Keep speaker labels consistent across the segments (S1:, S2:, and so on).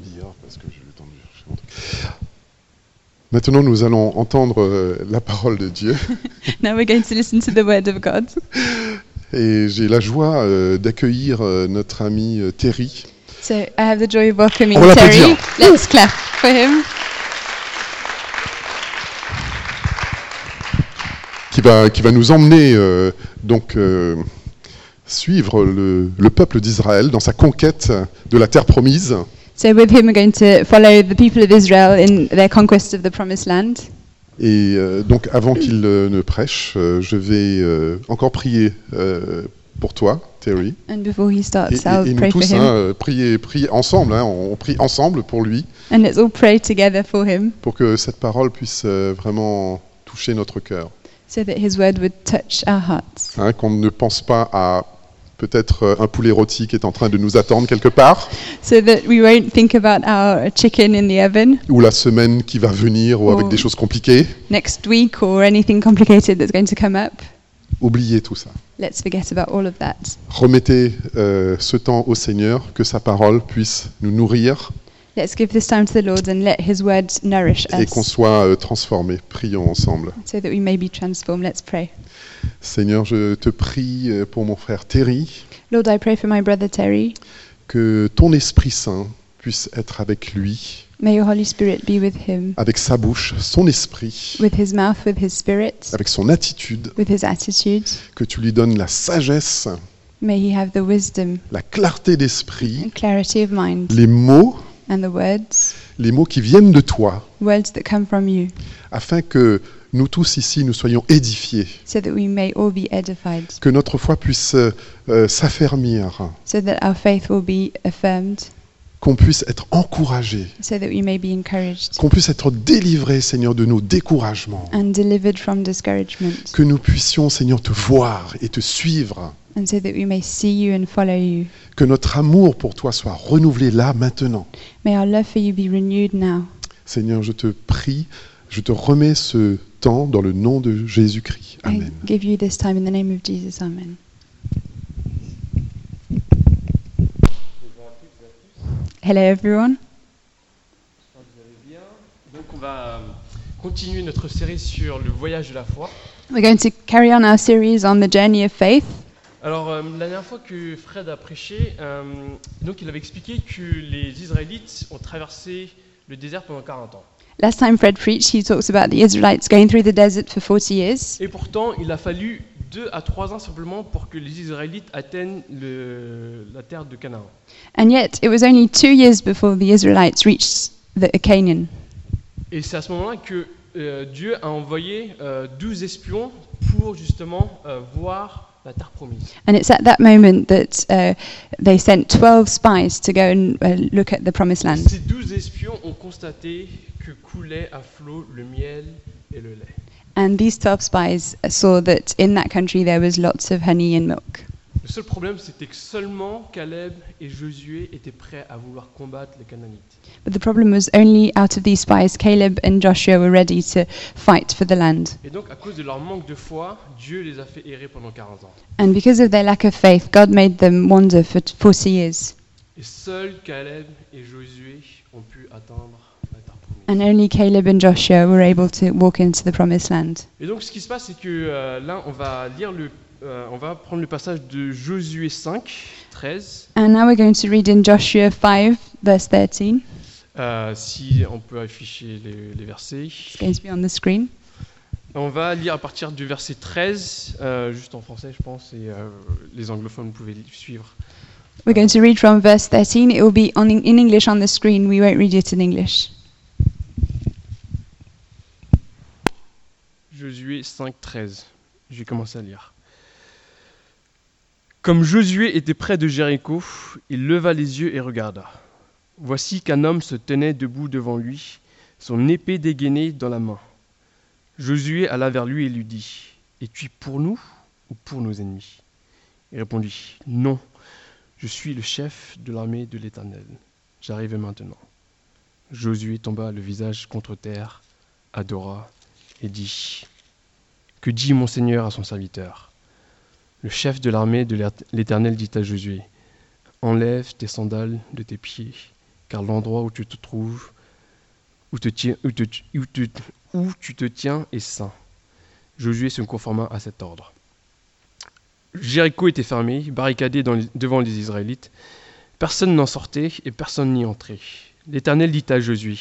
S1: billard parce que j'ai le temps de chercher mon truc. Maintenant, nous allons entendre euh, la parole de Dieu
S2: Now we're going to listen to the word of God.
S1: et j'ai la joie euh, d'accueillir euh, notre ami euh, Terry.
S2: So I have the joy of welcoming
S1: On va
S2: Terry.
S1: l'applaudir.
S2: Let's clap for him.
S1: qui va, qui va nous emmener euh, donc euh, suivre le, le peuple d'Israël dans sa conquête de la terre promise.
S2: So with him, we're going to follow the people of Israel in their conquest of the Promised Land.
S1: Et euh, donc avant qu'il euh, ne prêche, euh, je vais euh, encore prier euh, pour toi, Terry.
S2: And before he
S1: Et,
S2: starts,
S1: et-
S2: I'll
S1: et nous
S2: pray for
S1: tous,
S2: him.
S1: hein, euh, prier, prier ensemble, hein, on on prie ensemble pour lui,
S2: And let's all pray together for him
S1: pour que cette parole puisse euh, vraiment toucher notre cœur.
S2: so that his word would touch our hearts.
S1: hein, Qu'on ne pense pas à peut-être euh, un poulet rôti qui est en train de nous attendre quelque part,
S2: So that we won't think about our chicken in the oven
S1: ou la semaine qui va venir, ou avec
S2: Oh.
S1: des choses compliquées.
S2: next week or anything complicated that's going to come up.
S1: Oubliez tout ça.
S2: Let's forget about all of that.
S1: Remettez euh, ce temps au Seigneur, que sa parole puisse nous nourrir
S2: Let's give this time to the Lord and let his word nourish
S1: et qu'on
S2: us
S1: soit euh, transformés. Prions ensemble.
S2: so that we may be transformed. Let's pray.
S1: Seigneur, je te prie euh, pour mon frère Terry,
S2: Lord, I pray for my brother Terry.
S1: que ton Esprit Saint puisse être avec lui,
S2: May your Holy Spirit be with him,
S1: avec sa bouche, son esprit,
S2: with his mouth, with his spirit,
S1: avec son attitude,
S2: with his attitude.
S1: que tu lui donnes la sagesse,
S2: May he have the wisdom
S1: la clarté d'esprit,
S2: and clarity of mind
S1: les mots,
S2: and the words,
S1: les mots qui viennent de toi,
S2: words that come from you,
S1: afin que nous tous ici, nous soyons édifiés,
S2: so that we may all be edified,
S1: que notre foi puisse euh, euh, s'affermir.
S2: so that our faith will be affirmed,
S1: qu'on puisse être encouragé,
S2: so that we may be encouraged
S1: qu'on puisse être délivré, Seigneur, de nos découragements,
S2: and delivered from discouragement,
S1: que nous puissions, Seigneur, te voir et te suivre,
S2: and so that we may see you and follow you.
S1: que notre amour pour toi soit renouvelé là, maintenant.
S2: May our love for you be renewed now.
S1: Seigneur, je te prie, je te remets ce temps dans le nom de Jésus-Christ. Amen.
S2: I give you this time in the name of Jesus. Amen. Hello, everyone.
S3: J'espère que vous allez bien. Donc on va euh, continuer notre série sur le voyage de la foi.
S2: We're going to carry on our series on the journey of faith.
S3: Alors euh, la dernière fois que Fred a prêché, euh, donc il avait expliqué que les Israélites ont traversé le désert pendant 40 ans.
S2: Last time Fred preached, he talks about the Israelites going through the desert for 40 years,
S3: Et pourtant, il a fallu 2 à 3 ans simplement pour que les Israélites atteignent le- la terre de Canaan.
S2: and yet it was only two years before the Israelites reached the Canaan.
S3: Et c'est à ce moment-là que euh, Dieu a envoyé euh, 12 espions pour justement euh, voir la terre promise.
S2: And it's at that moment that uh, they sent 12 spies to go and uh, look at the Promised Land.
S3: Ces douze espions ont constaté que coulait à flot le miel et le lait.
S2: And these 12 spies saw that in that country there was lots of honey and milk.
S3: Le seul problème, c'était que seulement Caleb et Josué étaient prêts à vouloir combattre les Canaanites.
S2: But the problem was only out of these spies, Caleb and Joshua were ready to fight for the land.
S3: Et donc, à cause de leur manque de foi, Dieu les a fait errer pendant 40 ans.
S2: And because of their lack of faith, God made them wander for 40 years.
S3: Et seuls Caleb et Josué ont pu atteindre la terre promise.
S2: And only Caleb and Joshua were able to walk into the promised land.
S3: Et donc, ce qui se passe, c'est que euh, là, on va lire le, euh, on va prendre le passage de Josué 5, 13.
S2: And now we're going to read in Joshua 5, verse 13.
S3: Euh, si on peut afficher les, les versets.
S2: It's going to be on the screen.
S3: On va lire à partir du verset 13, euh, juste en français je pense, et euh, les anglophones pouvaient li- suivre.
S2: We're going to read from verse 13. It will be on in in English on the screen. We won't read it in English.
S3: Josué 5, 13. J'ai commencé à lire. Comme Josué était près de Jéricho, il leva les yeux et regarda. Voici qu'un homme se tenait debout devant lui, son épée dégainée dans la main. Josué alla vers lui et lui dit Es-tu pour nous ou pour nos ennemis Il répondit Non, je suis le chef de l'armée de l'Éternel. J'arrive maintenant. Josué tomba le visage contre terre, adora et dit Que dit mon Seigneur à son serviteur Le chef de l'armée de l'Éter- l'Éternel dit à Josué Enlève tes sandales de tes pieds, car l'endroit où tu te trouves, où, te tiens- où, te, où te- où tu te tiens est saint. Josué se conforma à cet ordre. Jéricho était fermé, barricadé dans les- devant les Israélites. Personne n'en sortait et personne n'y entrait. L'Éternel dit à Josué,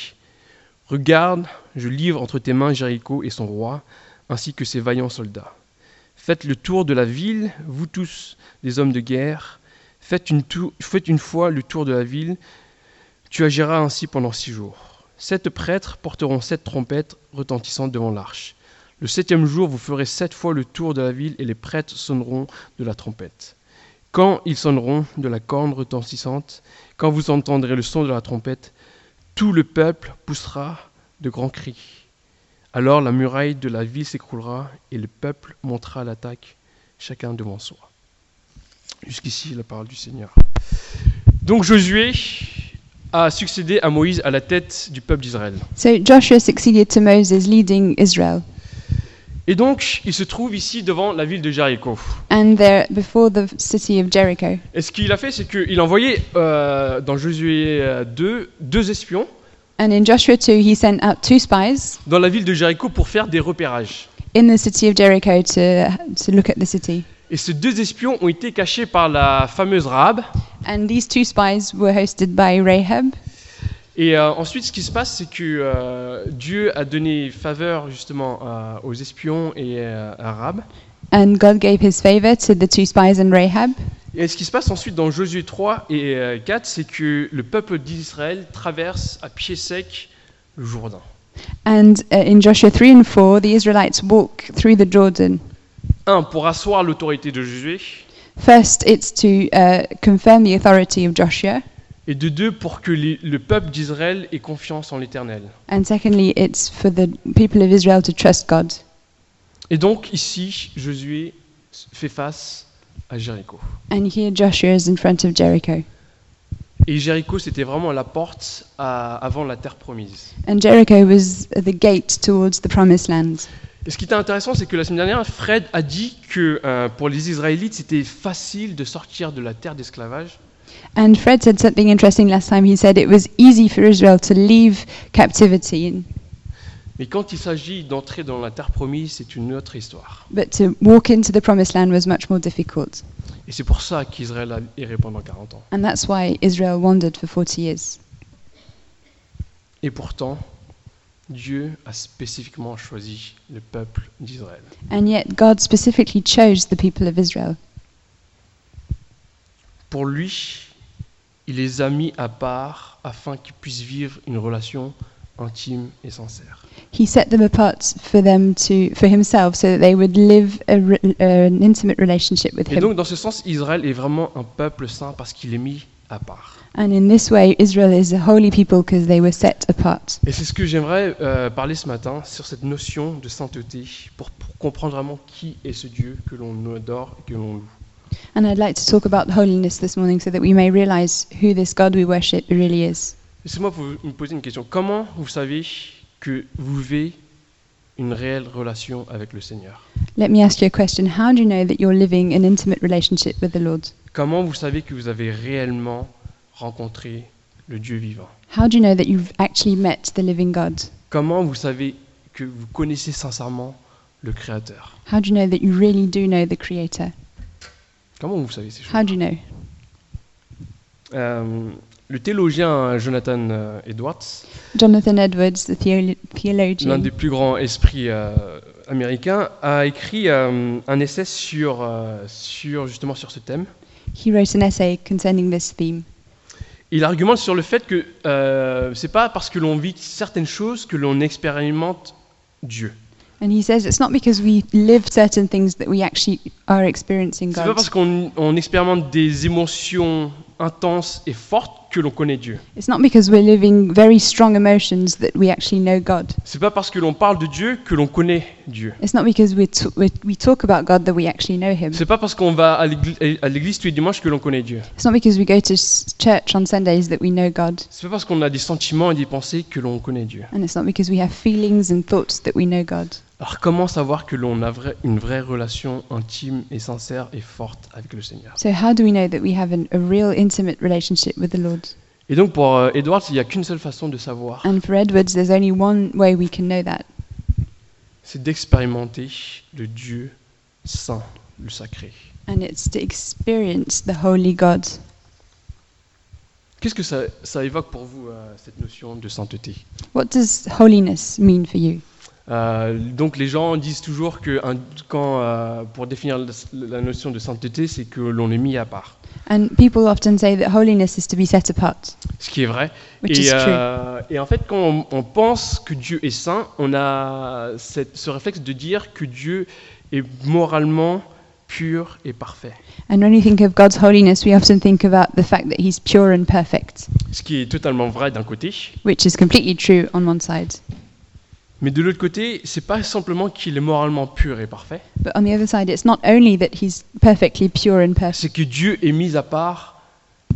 S3: Regarde, je livre entre tes mains Jéricho et son roi, ainsi que ses vaillants soldats. Faites le tour de la ville, vous tous, les hommes de guerre. Faites une, tou- faites une fois le tour de la ville. Tu agiras ainsi pendant six jours. Sept prêtres porteront sept trompettes retentissantes devant l'arche. Le septième jour, vous ferez sept fois le tour de la ville et les prêtres sonneront de la trompette. Quand ils sonneront de la corne retentissante, quand vous entendrez le son de la trompette, tout le peuple poussera de grands cris. Alors la muraille de la ville s'écroulera et le peuple montera à l'attaque, chacun devant soi. Jusqu'ici, la parole du Seigneur. Donc Josué a succédé à Moïse à la tête du peuple d'Israël.
S2: So Joshua succeeded to Moses leading Israel.
S3: Et donc, il se trouve ici devant la ville de Jéricho.
S2: And they're before the city of Jericho.
S3: Et ce qu'il a fait, c'est qu'il a envoyé euh, dans Josué euh, 2 deux espions
S2: And in Joshua 2, he sent out two spies
S3: dans la ville de Jéricho pour faire des repérages.
S2: in the city of Jericho to, to look at the city.
S3: Et ces deux espions ont été cachés par la fameuse Rahab.
S2: And these two spies were hosted by Rahab.
S3: Et euh, ensuite, ce qui se passe, c'est que euh, Dieu a donné faveur justement à- aux espions et euh, à Rahab.
S2: And God gave his favor to the two spies and Rahab.
S3: Et ce qui se passe ensuite dans Josué 3 et euh, 4, c'est que le peuple d'Israël traverse à pied sec le Jourdain.
S2: And uh, in Joshua 3 and 4, the Israelites walk through the Jordan.
S3: Un, pour asseoir l'autorité de Josué,
S2: First, it's to uh, confirm the authority of Joshua.
S3: et de deux, pour que les- le peuple d'Israël ait confiance en l'Éternel.
S2: And secondly, it's for the people of Israel to trust God.
S3: Et donc ici, Josué fait face à Jéricho.
S2: And here Joshua is in front of Jericho.
S3: Et Jéricho, c'était vraiment la porte à- avant la terre promise.
S2: And Jericho was the gate towards the promised land.
S3: Et ce qui était intéressant, c'est que la semaine dernière, Fred a dit que euh, pour les Israélites, c'était facile de sortir de la terre d'esclavage
S2: And Fred said something interesting last time. He said it was easy for Israel to leave captivity,
S3: Mais quand il s'agit d'entrer dans la terre promise, c'est une autre histoire.
S2: but to walk into the promised land was much more difficult.
S3: Et c'est pour ça qu'Israël a erré pendant 40 ans.
S2: And that's why Israel wandered for 40 years.
S3: Et pourtant, Dieu a spécifiquement choisi le peuple d'Israël.
S2: And yet God specifically chose the people of Israel.
S3: Pour lui, il les a mis à part afin qu'ils puissent vivre une relation intime et sincère.
S2: He set them apart for them to for himself so that they would live a re- an intimate relationship with
S3: Et
S2: him.
S3: donc, dans ce sens, Israël est vraiment un peuple saint parce qu'il est mis à part.
S2: And in this way Israel is a holy people because they were set apart.
S3: Et c'est ce que j'aimerais euh, parler ce matin sur cette notion de sainteté pour, pour comprendre vraiment qui est ce Dieu que l'on adore et que l'on loue.
S2: And I'd like to talk about holiness this morning so that we may realize who this God we worship really is.
S3: Laissez-moi vous me poser une question. Comment vous savez que vous vivez une réelle relation avec le Seigneur
S2: Let me ask you a question. How do you know that you're living an intimate relationship with the Lord?
S3: Comment vous savez que vous avez réellement rencontré le Dieu vivant
S2: How do you know that you've actually met the living God?
S3: Comment vous savez que vous connaissez sincèrement le Créateur
S2: How do you know that you really do know the Creator?
S3: Comment vous savez ces choses
S2: How do you know?
S3: Euh, Le théologien Jonathan euh, Edwards
S2: Jonathan Edwards, the theolo-
S3: l'un des
S2: theologian,
S3: plus grands esprits euh, américains, a écrit euh, un essai sur, euh, sur, justement sur ce thème.
S2: he wrote an essay concerning this theme.
S3: Il argumente sur le fait que euh, c'est pas parce que l'on vit certaines choses que l'on expérimente Dieu.
S2: And he says it's not because we live certain things that we actually are experiencing
S3: C'est pas
S2: God.
S3: parce qu'on on expérimente des émotions intenses et fortes que l'on connaît Dieu.
S2: It's not because we're living very strong emotions that we actually know God.
S3: C'est pas parce que l'on parle de Dieu que l'on connaît Dieu.
S2: It's not because we, t- we, we talk about God that we actually know Him.
S3: C'est pas parce qu'on va à l'égl- à l'église tous les dimanches que l'on connaît Dieu.
S2: It's not because we go to s- church on Sundays that we know God.
S3: C'est pas parce qu'on a des sentiments et des pensées que l'on connaît Dieu.
S2: And it's not because we have feelings and thoughts that we know God.
S3: Alors comment savoir que l'on a vrai- une vraie relation intime et sincère et forte avec le Seigneur
S2: So, how do we know that we have an, a real intimate relationship with the Lord?
S3: Et donc pour euh, Edwards, il n'y a qu'une seule façon de savoir,
S2: And for Edwards, there's only one way we can know that
S3: c'est d'expérimenter le Dieu saint, le sacré.
S2: and it's to experience the holy God.
S3: Qu'est-ce que ça, ça évoque pour vous, euh, cette notion de sainteté
S2: What does holiness mean for you?
S3: Euh, Donc les gens disent toujours que un- quand, euh, pour définir la, la notion de sainteté, c'est que l'on est mis à part.
S2: And people often say that holiness is to be set apart,
S3: Ce qui est vrai.
S2: which
S3: Et,
S2: is true.
S3: euh, et en fait, quand on, on pense que Dieu est saint, on a cette- ce réflexe de dire que Dieu est moralement pur et parfait.
S2: And when we think of God's holiness, we often think about the fact that He's pure and perfect,
S3: Ce qui est totalement vrai d'un côté.
S2: which is completely true on one side.
S3: Mais de l'autre côté, c'est pas simplement qu'il est moralement pur et parfait,
S2: But on the other side, it's not only that He's perfectly pure and perfect,
S3: c'est que Dieu est mis à part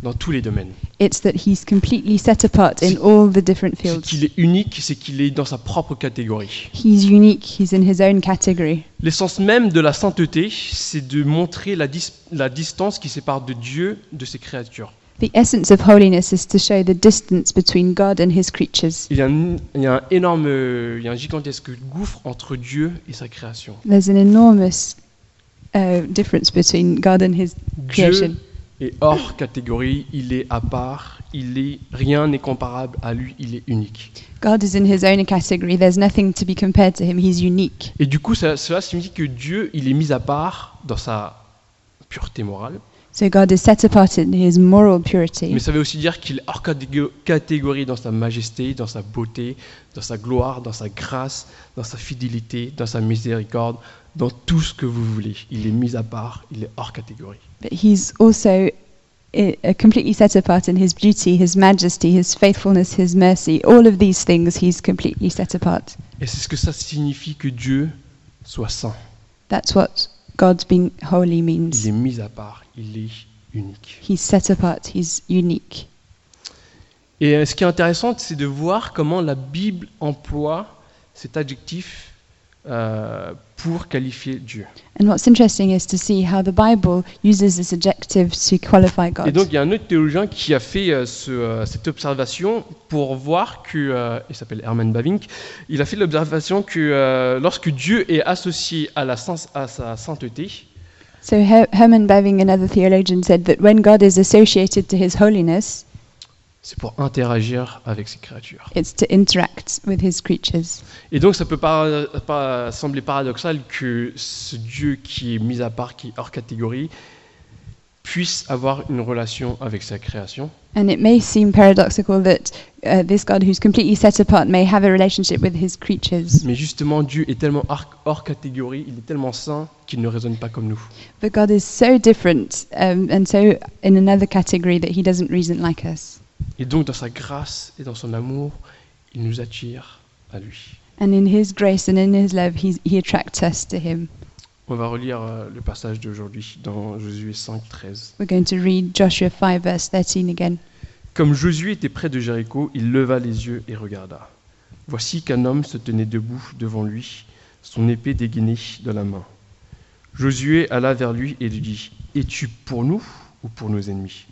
S3: dans tous les domaines.
S2: it's that He's completely set apart in all the different
S3: C'est
S2: fields.
S3: qu'il est unique, c'est qu'il est dans sa propre catégorie.
S2: He's unique, He's in His own category.
S3: L'essence même de la sainteté, c'est de montrer la, dis- la distance qui sépare de Dieu de ses créatures.
S2: The essence of holiness is to show the distance between God and His creatures.
S3: Il y a un, il y a un énorme, euh, il y a un gigantesque gouffre entre Dieu et sa création.
S2: There's an enormous uh, difference between God and His
S3: Dieu
S2: creation.
S3: est hors catégorie, il est à part, il est rien n'est comparable à lui, il est unique.
S2: God is in His own category. There's nothing to be compared to Him. He's unique.
S3: Et du coup, ça- cela signifie que Dieu, il est mis à part dans sa pureté morale,
S2: So God is set apart in His moral purity,
S3: mais ça veut aussi dire qu'il est hors catégo- catégorie dans sa majesté, dans sa beauté, dans sa gloire, dans sa grâce, dans sa fidélité, dans sa miséricorde, dans tout ce que vous voulez. Il est mis à part, il est hors catégorie.
S2: but He's also i- uh, completely set apart in His beauty, His majesty, His faithfulness, His mercy. All of these things He's completely set apart.
S3: Et c'est ce que ça signifie que Dieu soit saint.
S2: That's what God's being holy
S3: Il
S2: means.
S3: est mis à part, il est unique.
S2: He's set apart. He's unique.
S3: Et euh, ce qui est intéressant, c'est de voir comment la Bible emploie cet adjectif euh, pour qualifier Dieu.
S2: And what's interesting is to see how the Bible uses this adjective to qualify
S3: Et
S2: God.
S3: donc il y a un autre théologien qui a fait euh, ce, euh, cette observation pour voir que, euh, il s'appelle Herman Bavinck, il a fait l'observation que euh, lorsque Dieu est associé à, la sain- à sa sainteté,
S2: So Her- Herman Bavinck, another theologian, said that when God is associated to His holiness,
S3: c'est pour interagir avec ses créatures.
S2: it's to interact with His creatures.
S3: Et donc ça peut pas, pas sembler paradoxal que ce Dieu qui est mis à part, qui est hors catégorie, puisse avoir une relation avec sa création.
S2: And it may seem paradoxical that uh, this God, who's completely set apart, may have a relationship with His creatures.
S3: Mais justement, Dieu est tellement hors, hors catégorie, il est tellement saint qu'il ne raisonne pas comme nous.
S2: But God is so different um, and so in another category that He doesn't reason like us.
S3: Et donc dans sa grâce et dans son amour, il nous attire à lui.
S2: And in His grace and in His love, he's, He attracts us to Him.
S3: On va relire euh, le passage d'aujourd'hui dans Josué 5, 13.
S2: We're going to read Joshua 5, verse 13 again.
S3: Comme Josué était près de Jéricho, il leva les yeux et regarda. Voici qu'un homme se tenait debout devant lui, son épée dégainée dans la main. Josué alla vers lui et lui dit Es-tu pour nous ou pour nos ennemis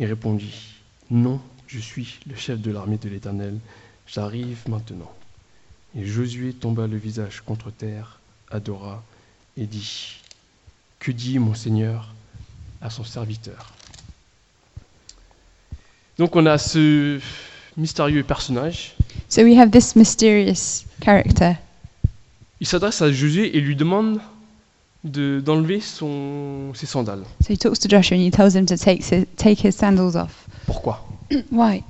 S3: Il répondit Non, je suis le chef de l'armée de l'Éternel, j'arrive maintenant. Et Josué tomba le visage contre terre, adora et dit Que dit mon Seigneur à son serviteur donc on a ce mystérieux personnage.
S2: So we have this mysterious character.
S3: Il s'adresse à Josué et lui demande de- d'enlever son- ses sandales.
S2: So he talks to Joshua and he tells him to take, si- take his sandals off.
S3: Pourquoi
S2: Why?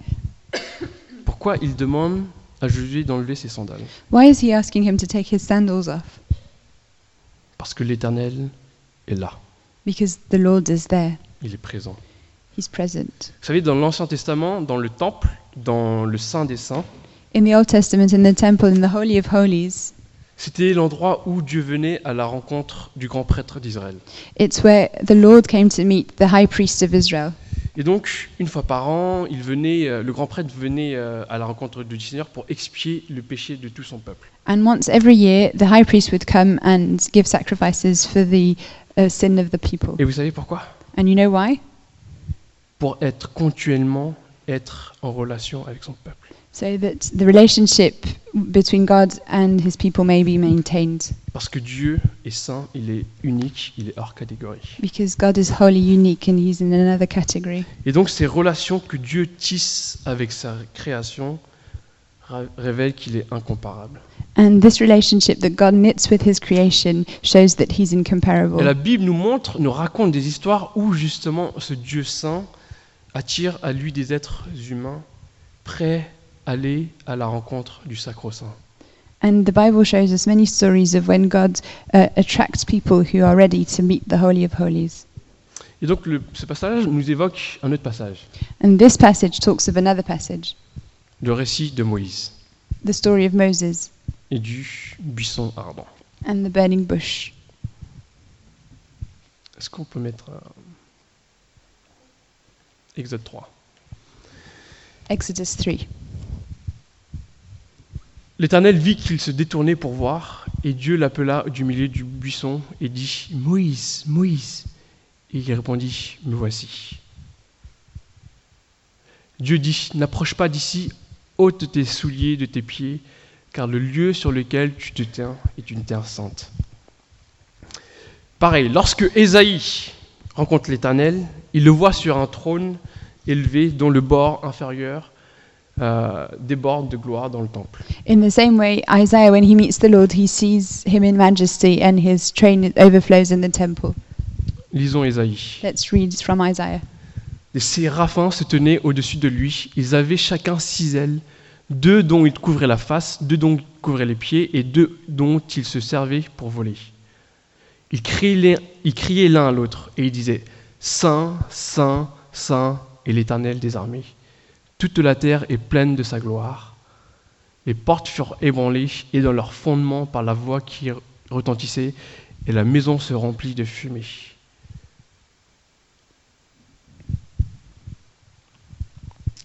S3: Pourquoi il demande à Josué d'enlever ses sandales
S2: Why is he asking him to take his sandals off?
S3: Parce que l'Éternel est là,
S2: Because the Lord is there,
S3: il est présent.
S2: he's present.
S3: Vous savez, dans l'Ancien Testament, dans le temple, dans le Saint des Saints,
S2: In the Old Testament, in the temple, in the Holy of Holies,
S3: c'était l'endroit où Dieu venait à la rencontre du grand prêtre d'Israël.
S2: it's where the Lord came to meet the high priest of Israel.
S3: Et donc, une fois par an, il venait, euh, le grand prêtre venait euh, à la rencontre du Seigneur pour expier le péché de tout son peuple.
S2: And once every year, the high priest would come and give sacrifices for the uh, sin of the people.
S3: Et vous savez pourquoi
S2: And you know why?
S3: pour être continuellement être en relation avec son peuple.
S2: so that the relationship between God and his people may be maintained
S3: Parce que Dieu est saint, il est unique, il est hors catégorie.
S2: because God is wholly unique and he's in another category.
S3: Et donc ces relations que Dieu tisse avec sa création ra- révèlent qu'il est incomparable.
S2: And this relationship that God knits with his creation shows that he's incomparable.
S3: Et la Bible nous montre, nous raconte des histoires où justement ce Dieu saint attire à lui des êtres humains prêts à aller à la rencontre du sacro-saint.
S2: And the Bible shows us many stories of when God uh, attracts people who are ready to meet the Holy of Holies.
S3: Et donc le- ce passage nous évoque un autre passage,
S2: And this passage talks of another passage,
S3: le récit de Moïse
S2: the story of Moses
S3: et du buisson ardent.
S2: and the burning bush.
S3: Est-ce qu'on peut mettre euh, Exode 3
S2: Exodus 3.
S3: L'Éternel vit qu'il se détournait pour voir, et Dieu l'appela du milieu du buisson et dit Moïse, Moïse. Et il répondit Me voici. Dieu dit N'approche pas d'ici, ôte tes souliers de tes pieds, car le lieu sur lequel tu te tiens est une terre sainte. Pareil, lorsque Ésaïe rencontre l'Éternel, il le voit sur un trône élevé dont le bord inférieur euh, déborde de gloire dans le temple.
S2: In the same way, Isaiah, when he meets the Lord, he sees him in majesty and his train overflows in the temple.
S3: Lisons Ésaïe.
S2: Let's read from Isaiah.
S3: Les séraphins se tenaient au-dessus de lui. Ils avaient chacun six ailes, deux dont ils couvraient la face, deux dont ils couvraient les pieds et deux dont ils se servaient pour voler. Ils criaient l'un- ils criaient l'un à l'autre et ils disaient Saint, Saint, Saint est l'Éternel des armées. Toute la terre est pleine de sa gloire. Les portes furent ébranlées et dans leur fondement par la voix qui retentissait et la maison se remplit de fumée.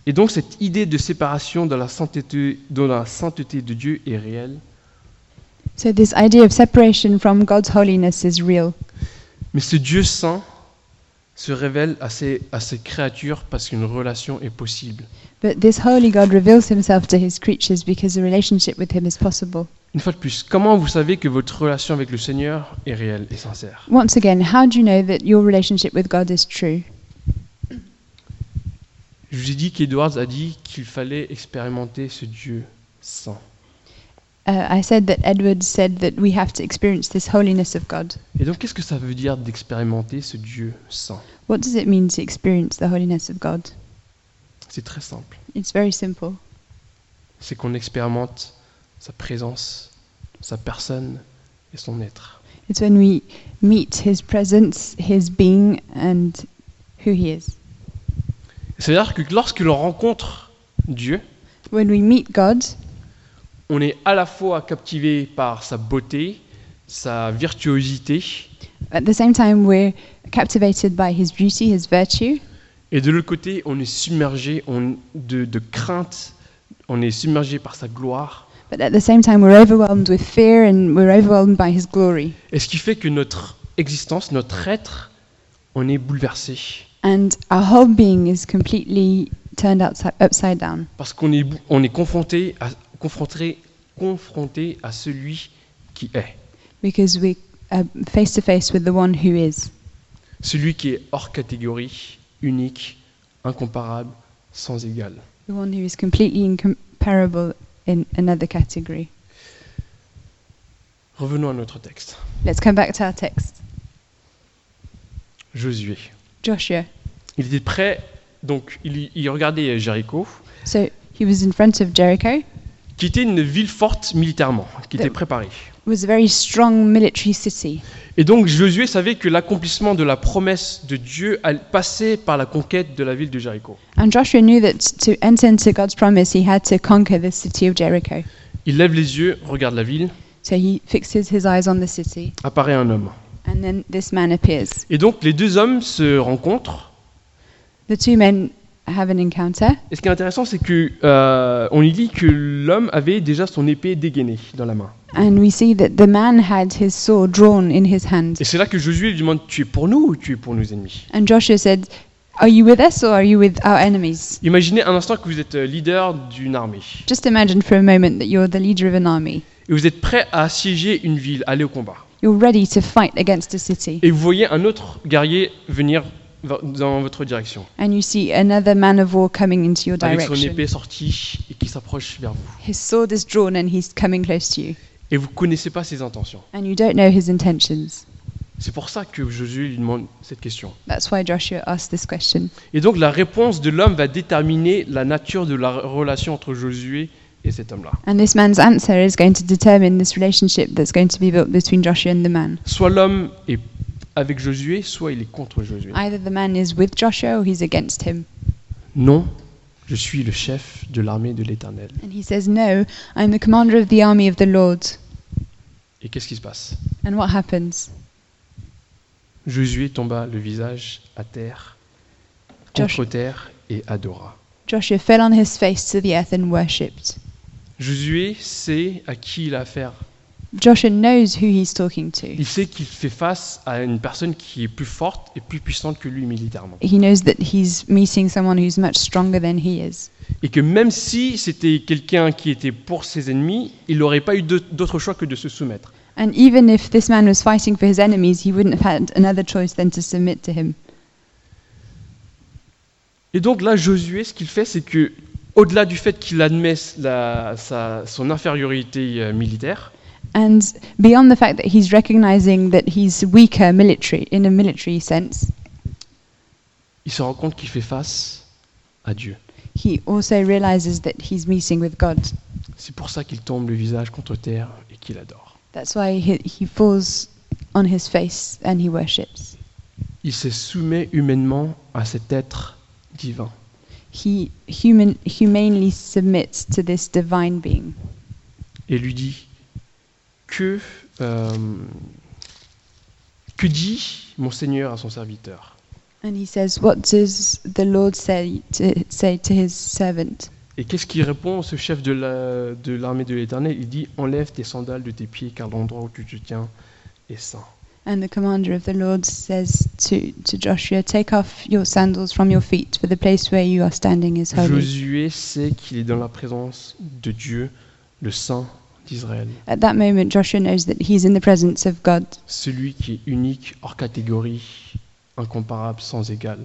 S3: Et donc cette idée de séparation dans la sainteté, dans la sainteté de Dieu est réelle.
S2: So, this idea of separation from God's holiness is real.
S3: Mais ce Dieu saint se révèle à ses, à ses créatures parce qu'une relation est possible.
S2: But this holy God reveals himself to his creatures because a relationship with him is possible.
S3: Une fois de plus, comment vous savez que votre relation avec le Seigneur est réelle et sincère
S2: Once again, how do you know that your relationship with God is true?
S3: Je vous ai dit qu'Edwards a dit qu'il fallait expérimenter ce Dieu saint.
S2: Uh, I said that Edward said that we have to experience this holiness of God.
S3: Et donc qu'est-ce que ça veut dire d'expérimenter ce Dieu saint
S2: What does it mean to experience the holiness of God?
S3: C'est très simple.
S2: It's very simple.
S3: C'est qu'on expérimente sa présence, sa personne et son être.
S2: It's when we meet his presence, his being, and who he is.
S3: C'est-à-dire que lorsque l'on rencontre Dieu,
S2: When we meet God,
S3: on est à la fois captivé par sa beauté, sa virtuosité,
S2: at the same time, we're captivated by his beauty, his virtue,
S3: et de l'autre côté, on est submergé on- de, de crainte, on est submergé par sa gloire.
S2: but at the same time, we're overwhelmed with fear and we're overwhelmed by his glory.
S3: Et ce qui fait que notre existence, notre être, on est bouleversé.
S2: And our whole being is completely turned upside, upside down
S3: Parce qu'on est, bou- on est confronté, à, confronté, confronté à celui qui est,
S2: because we're uh, face to face with the one who is,
S3: celui qui est hors catégorie, unique, incomparable, sans égal.
S2: the one who is completely incomparable in another category.
S3: Revenons à notre texte.
S2: Let's come back to our text.
S3: Josué.
S2: Joshua.
S3: Il était prêt, donc il, il regardait Jéricho,
S2: So he was in front of Jericho,
S3: qui était une ville forte militairement, qui était
S2: Yep.
S3: préparée.
S2: was a very strong military city.
S3: Et donc Josué savait que l'accomplissement de la promesse de Dieu allait- passait par la conquête de la ville de Jéricho.
S2: And Joshua knew that to enter into God's promise, he had to conquer the city of Jericho.
S3: Il lève les yeux, regarde la ville,
S2: So he fixes his eyes on the city,
S3: apparaît un homme.
S2: and then this man appears.
S3: Et donc les deux hommes se rencontrent.
S2: The two men have an encounter,
S3: Et ce qui est intéressant, c'est que euh, on y dit que l'homme avait déjà son épée dégainée dans la main.
S2: and we see that the man had his sword drawn in his hand.
S3: Et c'est là que Josué lui demande Tu es pour nous ou tu es pour nos ennemis
S2: And Joshua said, Are you with us or are you with our enemies?
S3: Imaginez un instant que vous êtes euh, leader d'une armée
S2: Just imagine for a moment that you're the leader of an army.
S3: et vous êtes prêt à assiéger une ville, aller au combat.
S2: You're ready to fight against a city,
S3: Et vous voyez un autre guerrier venir va- dans votre direction,
S2: and you see another man of war coming into your
S3: avec son
S2: direction.
S3: épée sortie et qui s'approche vers vous.
S2: His sword is drawn and he's coming close to you,
S3: Et vous connaissez pas ses intentions.
S2: and you don't know his intentions.
S3: C'est pour ça que Josué lui demande cette question.
S2: That's why Joshua asked this question.
S3: Et donc la réponse de l'homme va déterminer la nature de la relation entre Josué et cet homme-là.
S2: And this man's answer is going to determine this relationship that's going to be built between Joshua and the man.
S3: Soit l'homme est avec Josué, soit il est contre Josué.
S2: Either the man is with Joshua or he's against him.
S3: Non, je suis le chef de l'armée de l'Éternel.
S2: And he says, No, I'm the commander of the army of the Lord.
S3: Et qu'est-ce qui se passe
S2: And what happens?
S3: Josué tomba le visage à terre,
S2: Josh-
S3: contre terre, et adora.
S2: Joshua fell on his face to the earth and worshipped.
S3: Josué sait à qui il a affaire.
S2: Joshua knows who he's talking to.
S3: Il sait qu'il fait face à une personne qui est plus forte et plus puissante que lui militairement.
S2: He knows that he's meeting someone who's much stronger than he is.
S3: Et que même si c'était quelqu'un qui était pour ses ennemis, il n'aurait pas eu de- d'autre choix que de se soumettre.
S2: And even if this man was fighting for his enemies, he wouldn't have had another choice than to submit to him.
S3: Et donc là, Josué, ce qu'il fait, c'est que, au-delà du fait qu'il admet la- sa- son infériorité euh, militaire,
S2: And beyond the fact that he's recognizing that he's weaker military in a military sense,
S3: il se rend compte qu'il fait face à Dieu.
S2: he also realizes that he's meeting with God.
S3: C'est pour ça qu'il tombe le visage contre terre et qu'il adore.
S2: That's why he, he falls on his face and he worships.
S3: Il se soumet humainement à cet être divin.
S2: He human, humanely submits to this divine being.
S3: et lui dit que euh, que dit mon Seigneur à son serviteur
S2: And he says, What does the Lord say to, say to his servant?
S3: et qu'est-ce qu'il répond ce chef de la- de l'armée de l'Éternel il dit enlève tes sandales de tes pieds car l'endroit où tu te tiens est saint
S2: And the commander of the Lord says to, to Joshua, Take off your sandals from your feet, for the place where you are standing is holy.
S3: Josué sait qu'il est dans la présence de Dieu le Saint d'Israël
S2: At that moment, Joshua knows that he's in the presence of God,
S3: celui qui est unique hors catégorie incomparable sans égal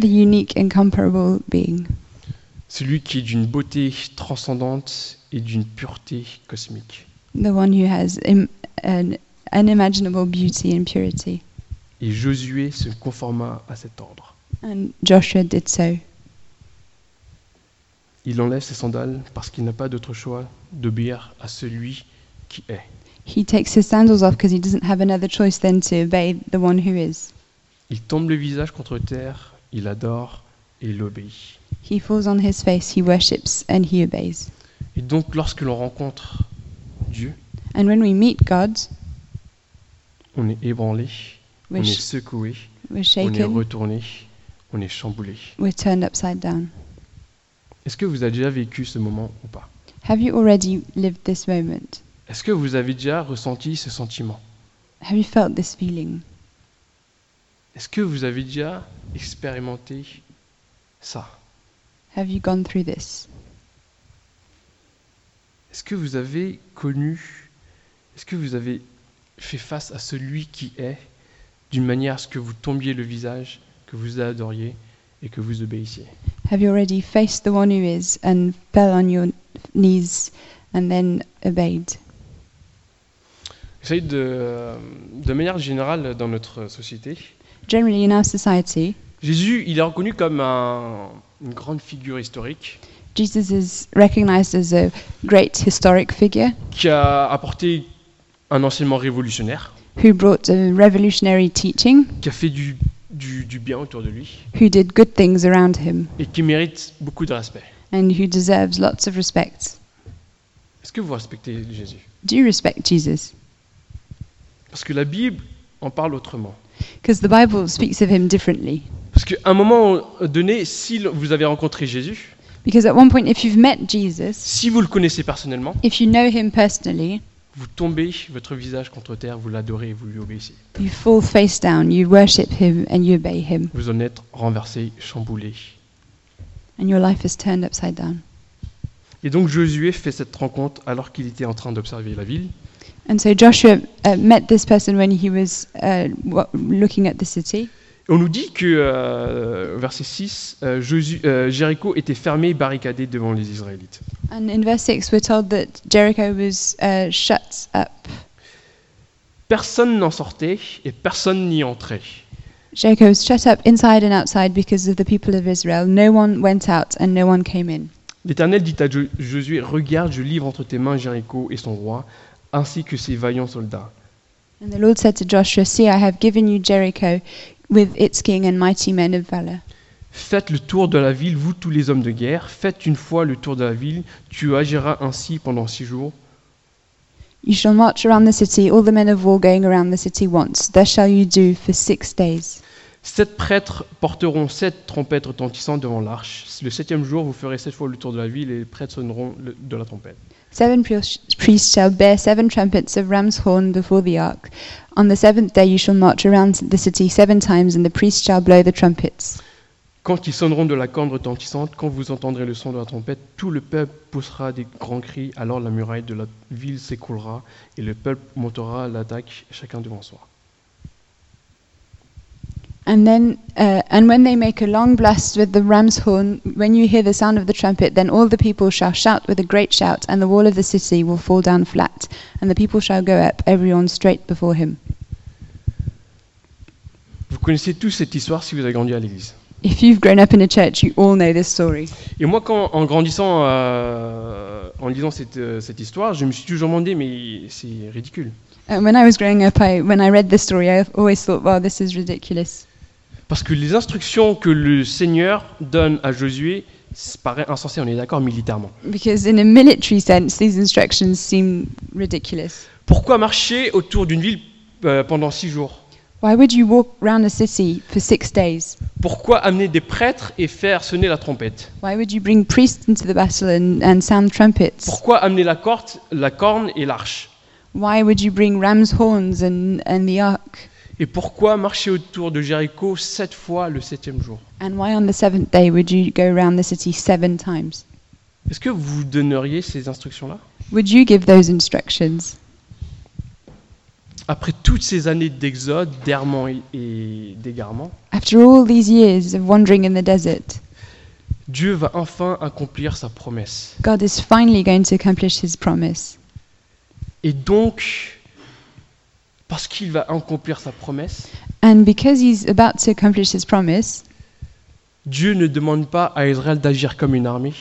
S2: the unique, incomparable being,
S3: celui qui est d'une beauté transcendante et d'une pureté cosmique
S2: the one who has Im- an unimaginable beauty and purity.
S3: et Josué se conforma à cet ordre
S2: And Joshua did so.
S3: Il enlève ses sandales parce qu'il n'a pas d'autre choix d'obéir à celui qui est.
S2: He takes his sandals off because he doesn't have another choice than to obey the one who is.
S3: Il tombe le visage contre terre, il adore et il obéit.
S2: He falls on his face, he worships, and he obeys.
S3: Et donc lorsque l'on rencontre Dieu,
S2: And when we meet God,
S3: on est ébranlé, on
S2: we're,
S3: est
S2: sh-
S3: secoué,
S2: we're
S3: on est
S2: shaken,
S3: retourné, on est chamboulé.
S2: we're turned upside down.
S3: Est-ce que vous avez déjà vécu ce moment ou pas
S2: Have you already lived this moment?
S3: Est-ce que vous avez déjà ressenti ce sentiment
S2: Have you felt this feeling?
S3: Est-ce que vous avez déjà expérimenté ça
S2: Have you gone through this?
S3: Est-ce que vous avez connu, est-ce que vous avez fait face à celui qui est, d'une manière à ce que vous tombiez le visage, que vous adoriez et que vous obéissiez
S2: Have you already faced the one who is and fell on your knees and then obeyed?
S3: Vous savez, de, euh, de manière générale, dans notre société,
S2: Generally, in our society,
S3: Jésus, il est reconnu comme un- une grande figure historique
S2: Jesus is recognized as a great historic figure
S3: qui a apporté un enseignement révolutionnaire,
S2: who brought a revolutionary teaching,
S3: qui a fait du, du- du bien autour de lui
S2: who did good things around him,
S3: et qui mérite beaucoup de respect.
S2: and who deserves lots of respect.
S3: Est-ce que vous respectez Jésus
S2: Do you respect Jesus?
S3: Parce que la Bible en parle autrement.
S2: Because the Bible speaks of him differently.
S3: Parce qu'à un moment donné, si l- vous avez rencontré Jésus,
S2: Because at one point, if you've met Jesus,
S3: si vous le connaissez personnellement,
S2: if you know him personally,
S3: Vous tombez votre visage contre terre, vous l'adorez, vous lui obéissez.
S2: You fall face down, you worship him and you obey him,
S3: Vous en êtes renversé, chamboulé.
S2: and your life is turned upside down.
S3: Et donc Josué fait cette rencontre alors qu'il était en train d'observer la ville.
S2: And so Joshua uh, met this person when he was uh, wa- looking at the city.
S3: On nous dit que, euh, verset 6, euh, Josu- euh, Jéricho était fermé et barricadé devant les Israélites.
S2: And in verse 6, we're told that Jericho was uh, shut up.
S3: Personne n'en sortait et personne n'y entrait.
S2: Jericho was shut up inside and outside because of the people of Israel. No one went out and no one came in.
S3: L'Éternel dit à Jo- Josué, regarde, je livre entre tes mains Jéricho et son roi, ainsi que ses vaillants soldats.
S2: And the Lord said to Joshua, See, I have given you Jericho with its king and mighty men of valor.
S3: Faites le tour de la ville, vous tous les hommes de guerre, faites une fois le tour de la ville, tu agiras ainsi pendant six jours.
S2: You shall march around the city, all the men of war going around the city once. Thus shall you do for six days.
S3: Sept prêtres porteront sept trompettes retentissantes devant l'arche. Le septième jour, vous ferez sept fois le tour de la ville et les prêtres sonneront le- de la trompette.
S2: Seven pri- priests shall bear seven trumpets of ram's horn before the ark. On the seventh day you shall march around the city seven times, and the priests shall blow the trumpets.
S3: Quand ils sonneront de la corne retentissante, quand vous entendrez le son de la trompette, tout le peuple poussera des grands cris, alors la muraille de la ville s'écroulera et le peuple montera à l'attaque, chacun devant soi.
S2: And then, uh, and when they make a long blast with the ram's horn, when you hear the sound of the trumpet, then all the people shall shout with a great shout, and the wall of the city will fall down flat, and the people shall go up, everyone straight before him.
S3: Vous connaissez tous cette histoire si vous avez grandi à l'église.
S2: If you've grown up in a church, you all know this story.
S3: Et moi, quand, en grandissant, euh, en lisant cette, euh, cette histoire, je me suis toujours demandé, mais c'est ridicule.
S2: And Uh, when I was growing up, I, when I read this story, I always thought, wow, this is ridiculous.
S3: Parce que les instructions que le Seigneur donne à Josué ça paraît insensé, on est d'accord, militairement.
S2: Because in a military sense, these instructions seem ridiculous.
S3: Pourquoi marcher autour d'une ville euh, pendant six jours
S2: Why would you walk round a city for six days?
S3: Pourquoi amener des prêtres et faire sonner la trompette
S2: Why would you bring priests into the battle and, and sound trumpets?
S3: Pourquoi amener la, corte, la corne et l'arche
S2: Why would you bring ram's horns and, and the ark?
S3: Et pourquoi marcher autour de Jéricho sept fois le septième jour
S2: And why on the seventh day would you go round the city seven times?
S3: Est-ce que vous donneriez ces instructions-là
S2: Would you give those instructions?
S3: Après toutes ces années d'exode, d'errement et- et d'égarement,
S2: After all these years of wandering in the desert,
S3: Dieu va enfin accomplir sa promesse.
S2: God is finally going to accomplish his promise.
S3: Et donc, parce qu'il va accomplir sa promesse,
S2: And because he's about to accomplish his promise,
S3: Dieu ne demande pas à Israël d'agir comme une armée,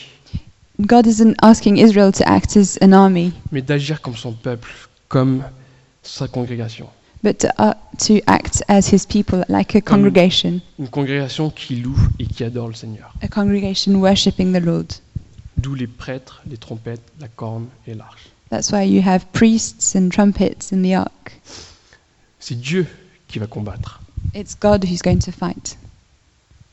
S2: God isn't asking Israel to act as an army,
S3: mais d'agir comme son peuple, comme sa congrégation.
S2: but to, uh, to act as his people, like a congregation,
S3: Une congrégation qui loue et qui adore le Seigneur.
S2: a congregation worshipping the Lord.
S3: D'où les prêtres, les trompettes, la corne et l'arche.
S2: That's why you have priests and trumpets in the ark.
S3: C'est Dieu qui va combattre.
S2: It's God who's going to fight.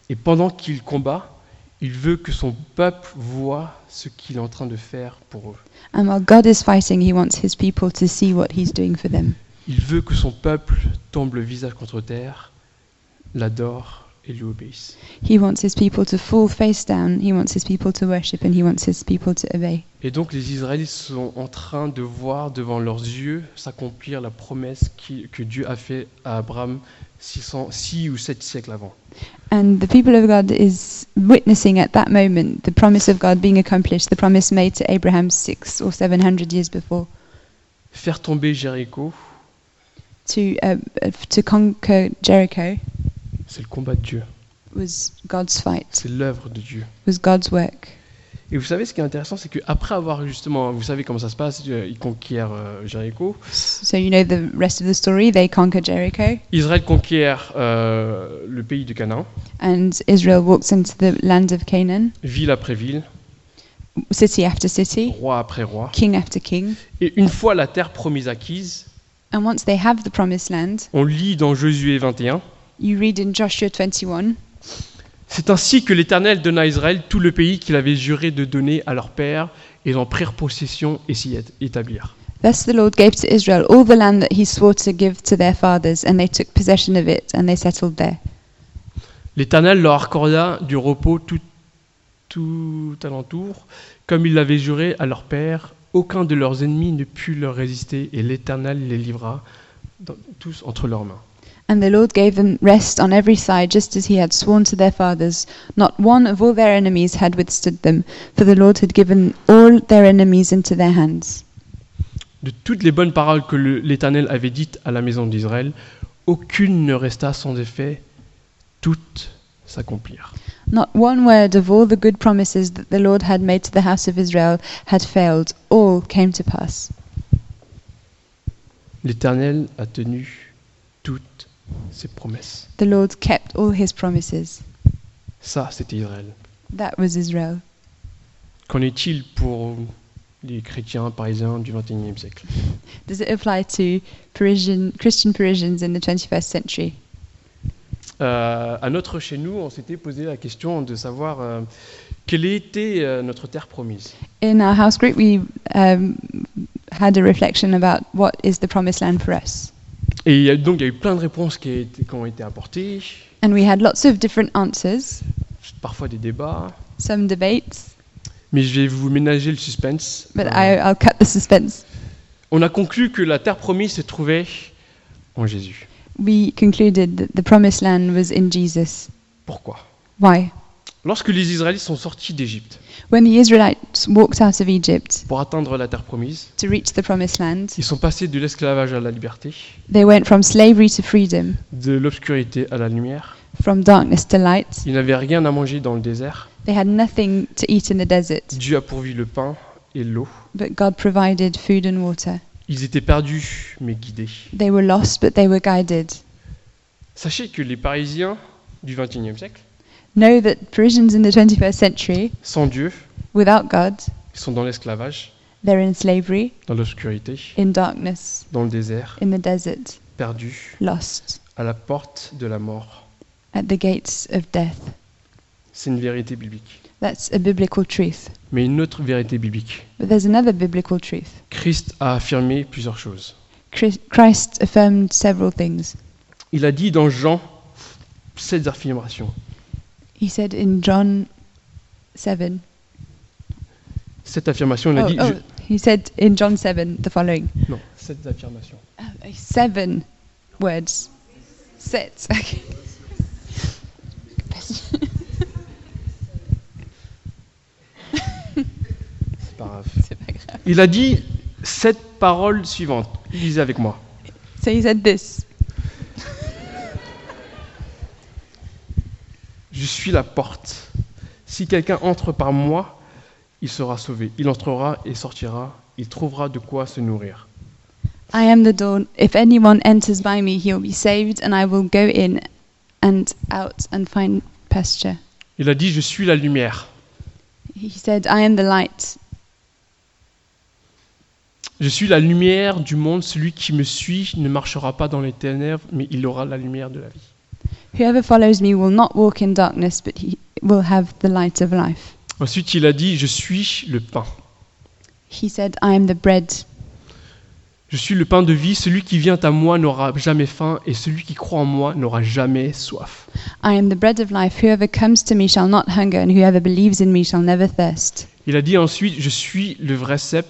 S3: Et pendant qu'il combat, il veut que son peuple voit ce qu'il est en train de faire pour eux.
S2: And while God is fighting, he wants his people to see what he's doing for them.
S3: Il veut que son peuple tombe le visage contre terre, l'adore et lui obéisse.
S2: He wants his people to fall face down, he wants his people to worship, and he wants his people to obey.
S3: Et donc les Israélites sont en train de voir devant leurs yeux s'accomplir la promesse qui- que Dieu a faite à Abraham 600, 6 ou 7 siècles avant.
S2: And the people of God is witnessing at that moment the promise of God being accomplished, the promise made to Abraham six or seven hundred years before
S3: Faire tomber Jéricho,
S2: to, uh, uh, to conquer Jericho
S3: c'est le combat de Dieu,
S2: was God's fight,
S3: c'est l'œuvre de Dieu.
S2: was God's work.
S3: Et vous savez ce qui est intéressant, c'est qu'après avoir justement, vous savez comment ça se passe, euh, ils conquièrent euh, Jéricho,
S2: So you know the rest of the story. They conquer Jericho,
S3: Israël conquiert euh, le pays de Canaan,
S2: and Israel walks into the land of Canaan,
S3: ville après ville,
S2: city after city.
S3: roi après roi.
S2: king after king.
S3: Et une fois la terre promise acquise,
S2: And once they have the promised land,
S3: on lit dans Josué 21,
S2: you read in Joshua 21
S3: C'est ainsi que l'Éternel donna à Israël tout le pays qu'il avait juré de donner à leur père, et ils en prirent possession et s'y établirent.
S2: Thus the Lord gave to Israel all the land that he swore to give to their fathers, and they took possession of it, and they settled there.
S3: L'Éternel leur accorda du repos tout, tout alentour, comme il l'avait juré à leur père. Aucun de leurs ennemis ne put leur résister, et l'Éternel les livra dans- tous entre leurs mains.
S2: And the Lord gave them rest on every side, just as he had sworn to their fathers. Not one of all their enemies had withstood them, for the Lord had given all their enemies into their hands.
S3: De toutes les bonnes paroles que le- l'Éternel avait dites à la maison d'Israël, aucune ne resta sans effet, toutes s'accomplirent.
S2: Not one word of all the good promises that the Lord had made to the house of Israel had failed. All came to pass.
S3: L'Éternel a tenu toutes ses promesses.
S2: The Lord kept all his promises.
S3: Ça, c'était Israël.
S2: That was Israel.
S3: Qu'en est-il pour les chrétiens parisiens du XXIe siècle
S2: Does it apply to Parisian, Christian Parisians in the 21st century?
S3: Euh, À notre chez nous, on s'était posé la question de savoir euh, quelle était euh, notre terre promise.
S2: In our house group, we um, had a reflection about what is the promised land for us.
S3: Et il y a- donc, il y a eu plein de réponses qui, a été- qui ont été apportées,
S2: And we had lots of different answers,
S3: parfois des débats.
S2: some debates,
S3: Mais je vais vous ménager le suspense.
S2: but
S3: Euh,
S2: I, I'll cut the suspense.
S3: On a conclu que la terre promise se trouvait en Jésus.
S2: We concluded that the promised land was in Jesus.
S3: Pourquoi
S2: Why?
S3: Lorsque les Israélites sont sortis d'Égypte
S2: When the Israelites walked out of Egypt
S3: pour atteindre la terre promise,
S2: to reach the promised land,
S3: ils sont passés de l'esclavage à la liberté,
S2: they went from slavery to freedom,
S3: de l'obscurité à la lumière.
S2: from darkness to light.
S3: Ils n'avaient rien à manger dans le désert.
S2: They had nothing to eat in the desert,
S3: Dieu a pourvu le pain et l'eau.
S2: but God provided food and water.
S3: Ils étaient perdus, mais guidés.
S2: They were lost, but they were guided.
S3: Sachez que les Parisiens du XXIe siècle,
S2: Know that Parisians in the 21st century,
S3: sans Dieu,
S2: without God,
S3: ils sont dans l'esclavage,
S2: they're in slavery,
S3: dans l'obscurité,
S2: in darkness,
S3: dans le désert,
S2: in the desert,
S3: perdus,
S2: lost,
S3: à la porte de la mort.
S2: at the gates of death.
S3: C'est une vérité biblique.
S2: That's a biblical truth.
S3: Mais une autre vérité biblique.
S2: But there's another biblical truth.
S3: Christ a affirmé plusieurs choses.
S2: Chris- Christ affirmed several things.
S3: Il a dit dans Jean cette affirmation.
S2: He said in John 7,
S3: Cette affirmation, il a
S2: oh,
S3: dit.
S2: oh, he said in John 7 the following
S3: je- Non, cette affirmation.
S2: Oh, oh, seven words. Six. Okay.
S3: C'est pas grave.
S2: C'est pas grave.
S3: Il a dit cette parole suivante. Lisez avec moi.
S2: So he said this
S3: Je suis la porte. Si quelqu'un entre par moi, il sera sauvé. Il entrera et sortira. Il trouvera de quoi se nourrir.
S2: I am the door. If anyone enters by me, he will be saved, and I will go in and out and find pasture.
S3: Il a dit Je suis la lumière.
S2: He said, I am the light.
S3: Je suis la lumière du monde. Celui qui me suit ne marchera pas dans les ténèbres, mais il aura la lumière de la vie.
S2: Whoever follows me will not walk in darkness, but he will have the light of life.
S3: Ensuite, il a dit Je suis le pain.
S2: He said, I am the bread.
S3: Je suis le pain de vie. Celui qui vient à moi n'aura jamais faim, et celui qui croit en moi n'aura jamais soif.
S2: I am the bread of life. Whoever comes to me shall not hunger, and whoever believes in me shall never thirst.
S3: Il a dit ensuite Je suis le vrai cep.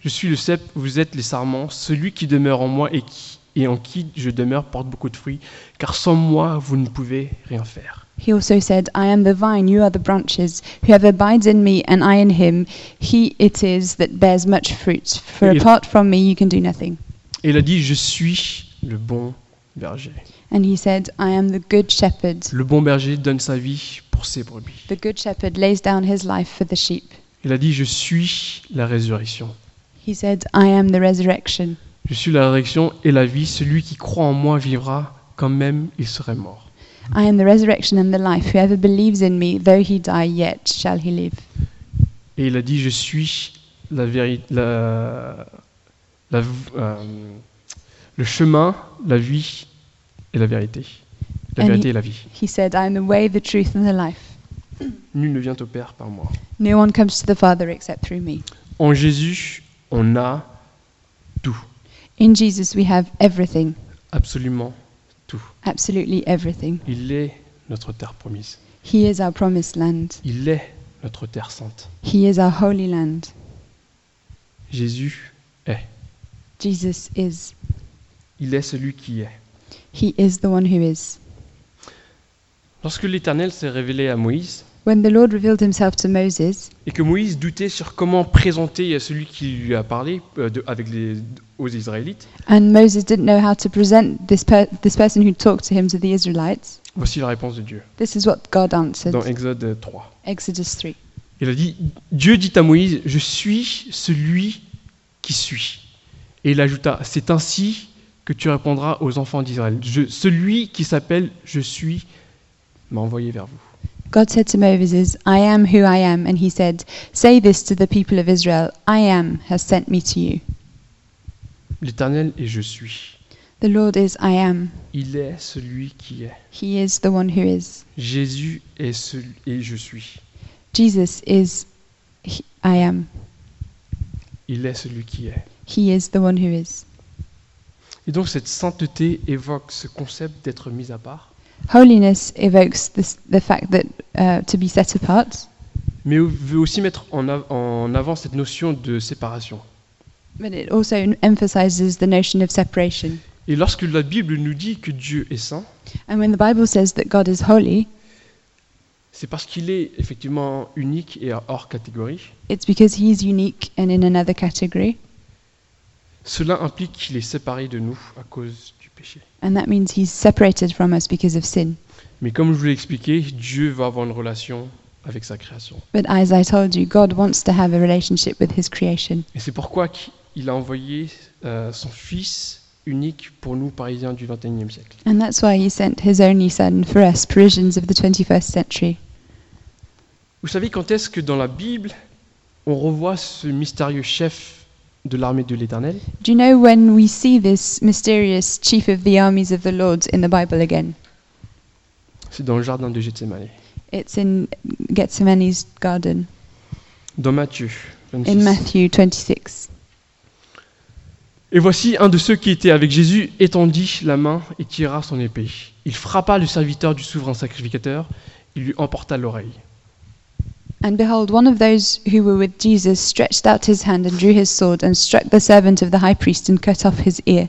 S3: Je suis le cep, vous êtes les sarments. Celui qui demeure en moi et, qui- et en qui je demeure porte beaucoup de fruits, car sans moi, vous ne pouvez rien faire.
S2: He also said, I am the vine, you are the branches. Whoever abides in me and I in him, he it is that bears much fruit. For
S3: Il-
S2: apart from me, you can do nothing.
S3: Et il a dit Je suis le bon berger.
S2: And he said, I am the good shepherd.
S3: Le bon berger donne sa vie pour ses brebis.
S2: The good shepherd lays down his life for the sheep.
S3: Il a dit Je suis la résurrection.
S2: He said, I am the resurrection.
S3: Je suis la résurrection et la vie. Celui qui croit en moi vivra quand même il serait mort.
S2: I am the resurrection and the life. Whoever believes in me, though he die, yet shall he live.
S3: Et il a dit Je suis la vérité, la, la v- euh, le chemin, la vie et la vérité. La
S2: And
S3: vérité
S2: he-
S3: et la vie.
S2: He said, I am the way, the truth, and the life.
S3: Nul ne vient au Père par moi.
S2: No one comes to the Father except through me.
S3: En Jésus, on a
S2: In Jesus, we have everything,
S3: absolument tout.
S2: absolutely everything.
S3: Il est notre terre promise.
S2: He is our promised land,
S3: Il est notre terre sainte.
S2: He is our holy land.
S3: Jésus,
S2: Jesus is,
S3: il est celui qui est.
S2: He is the one who is.
S3: Lorsque l'Éternel s'est révélé à Moïse,
S2: When the Lord revealed himself to Moses,
S3: et que Moïse doutait sur comment présenter celui qui lui a parlé euh, de- avec les, aux Israélites,
S2: and Moses didn't know how to present this, per- this person who talked to him to the Israelites,
S3: voici la réponse de Dieu
S2: this is what God answered.
S3: dans Exode 3.
S2: Exodus 3.
S3: Il a dit, Dieu dit à Moïse, je suis celui qui suis. Et il ajouta, c'est ainsi que tu répondras aux enfants d'Israël. Je- Celui qui s'appelle Je suis m'a envoyé vers vous.
S2: God said to Moses, I am who I am. And he said, Say this to the people of Israel I am has sent me to you.
S3: L'Éternel est Je suis.
S2: The Lord is I am.
S3: Il est celui qui est.
S2: He is the one who is.
S3: Jésus est celui et Je suis.
S2: Jesus is he, I am.
S3: Il est celui qui est.
S2: He is the one who is.
S3: Et donc cette sainteté évoque ce concept d'être mis à part,
S2: Holiness evokes this, the fact that uh, to be set apart,
S3: mais veut aussi mettre en av- en avant cette notion de séparation.
S2: but it also en- emphasizes the notion of separation.
S3: Et lorsque la Bible nous dit que Dieu est saint,
S2: And when the Bible says that God is holy,
S3: C'est parce qu'il est effectivement unique et hors catégorie.
S2: it's because he is unique and in another category,
S3: Cela implique qu'il est séparé de nous à cause du péché.
S2: and that means he's separated from us because of sin.
S3: Mais comme je vous l'ai expliqué, Dieu va avoir une relation avec sa création.
S2: But as I told you, God wants to have a relationship with His creation.
S3: Et c'est pourquoi il a envoyé euh, son Fils unique pour nous, Parisiens du XXIe siècle.
S2: And that's why He sent His only Son for us, Parisians of the 21st century.
S3: Vous savez quand est-ce que dans la Bible, on revoit ce mystérieux chef de l'armée de l'Éternel
S2: Do you know when we see this mysterious chief of the armies of the Lord in the Bible again?
S3: C'est dans le jardin de Gethsemane.
S2: It's in Gethsemane's garden
S3: Dans Matthieu 26.
S2: in Matthew 26.
S3: Et voici un de ceux qui étaient avec Jésus étendit la main et tira son épée. Il frappa le serviteur du souverain sacrificateur, il lui emporta l'oreille.
S2: And behold, one of those who were with Jesus stretched out his hand and drew his sword and struck the servant of the high priest and cut off his ear.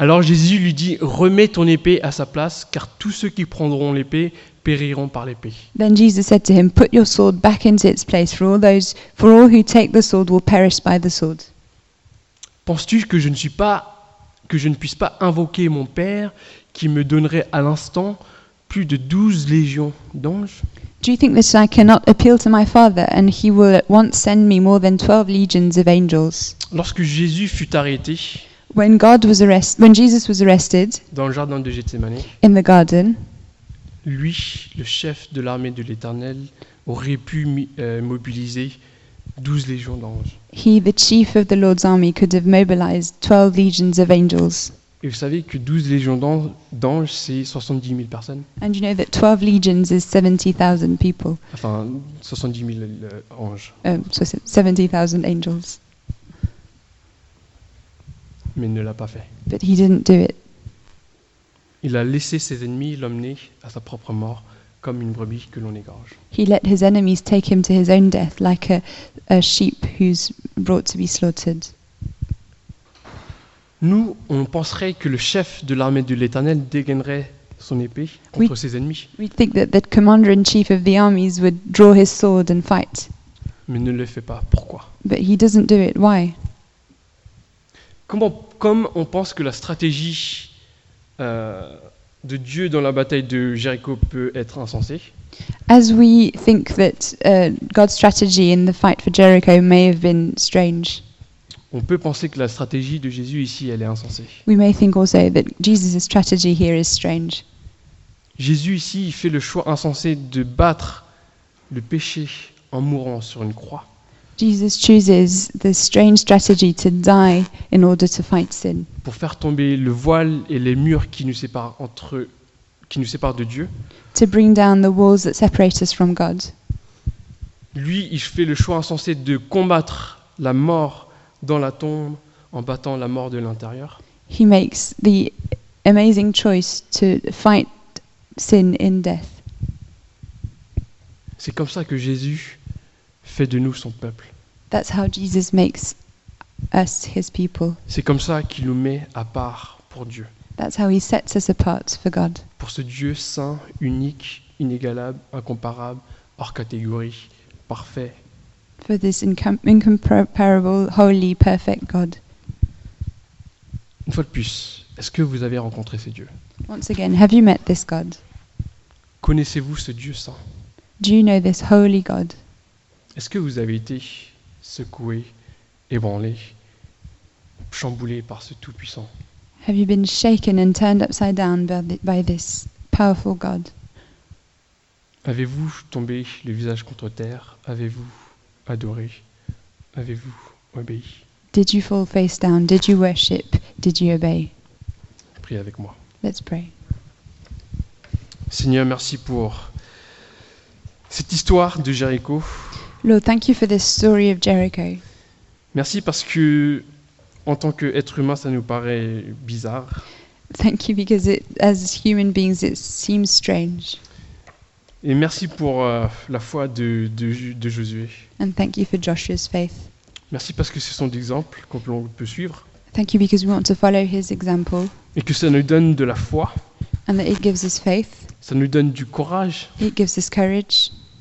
S3: Alors Jésus lui dit Remets ton épée à sa place, car tous ceux qui prendront l'épée périront par l'épée.
S2: Then Jesus said to him, Put your sword back into its place, for all those for all who take the sword will perish by the sword.
S3: Penses-tu que je ne suis pas que je ne puisse pas invoquer mon Père qui me donnerait à l'instant plus de douze légions d'anges
S2: Do you think that I cannot appeal to my Father, and he will at once send me more than twelve legions of angels?
S3: Lorsque Jésus fut arrêté
S2: When God was arrested when Jesus was arrested
S3: dans le jardin de Gethsemane,
S2: in the garden,
S3: Lui, le chef de l'armée de l'Éternel, aurait pu mi- euh, mobiliser 12 légions d'anges.
S2: he, the chief of the Lord's army, could have mobilized twelve legions of angels.
S3: Et vous savez que 12 légions d'an- d'anges, c'est 70 000 personnes.
S2: And you know that twelve legions is seventy thousand people.
S3: Enfin, 70 000 euh, anges,
S2: Um, so seventy thousand angels.
S3: mais il ne l'a pas fait.
S2: But he didn't do it.
S3: Il a laissé ses ennemis l'emmener à sa propre mort, comme une brebis que l'on égorge.
S2: He let his enemies take him to his own death, like a, a sheep who's brought to be slaughtered.
S3: Nous, on penserait que le chef de l'armée de l'Éternel dégainerait son épée contre ses ennemis,
S2: We'd think that the commander in chief of the armies would draw his sword and fight,
S3: mais ne le fait pas. Pourquoi
S2: but he doesn't do it. Why?
S3: Comment, comme on pense que la stratégie euh, de Dieu dans la bataille de Jéricho peut être insensée,
S2: As we think that uh, God's strategy in the fight for Jericho may have been strange,
S3: on peut penser que la stratégie de Jésus ici, elle est insensée.
S2: we may think also that Jesus' strategy here is strange.
S3: Jésus ici, il fait le choix insensé de battre le péché en mourant sur une croix.
S2: Jesus chooses the strange strategy to die in order to fight sin,
S3: Pour faire tomber le voile et les murs qui nous séparent, entre, qui nous séparent de Dieu,
S2: to bring down the walls that separate us from God.
S3: Lui, il fait le choix insensé de combattre la mort dans la tombe en battant la mort de l'intérieur.
S2: He makes the amazing choice to fight sin in death.
S3: C'est comme ça que Jésus fait de nous son peuple.
S2: That's how Jesus makes us his people.
S3: C'est comme ça qu'il nous met à part pour Dieu,
S2: That's how he sets us apart for God,
S3: pour ce Dieu saint, unique, inégalable, incomparable, hors catégorie, parfait.
S2: for this incom- incomparable, holy, perfect God.
S3: Une fois de plus, est-ce que vous avez rencontré ce Dieu
S2: Once again, have you met this God?
S3: Connaissez-vous ce Dieu saint
S2: Do you know this holy God?
S3: Est-ce que vous avez été secoué, ébranlé, chamboulé par ce Tout-Puissant
S2: Have you been shaken and turned upside down by, th- by this powerful God?
S3: Avez-vous tombé le visage contre terre Avez-vous adoré Avez-vous obéi
S2: Did you fall face down? Did you worship? Did you obey?
S3: Priez avec moi.
S2: Let's pray.
S3: Seigneur, merci pour cette histoire de Jéricho.
S2: Lord, thank you for this story of Jericho.
S3: Merci parce que, en tant qu'être humain, ça nous paraît bizarre.
S2: Thank you because it, as human beings, it seems strange.
S3: Et merci pour euh, la foi de, de, Ju- de Josué.
S2: And thank you for Joshua's faith.
S3: Merci parce que ce sont des exemples qu'on peut- on peut suivre
S2: Thank you because we want to follow his example
S3: et que ça nous donne de la foi,
S2: and that it gives us faith,
S3: ça nous donne du courage,
S2: it gives us courage,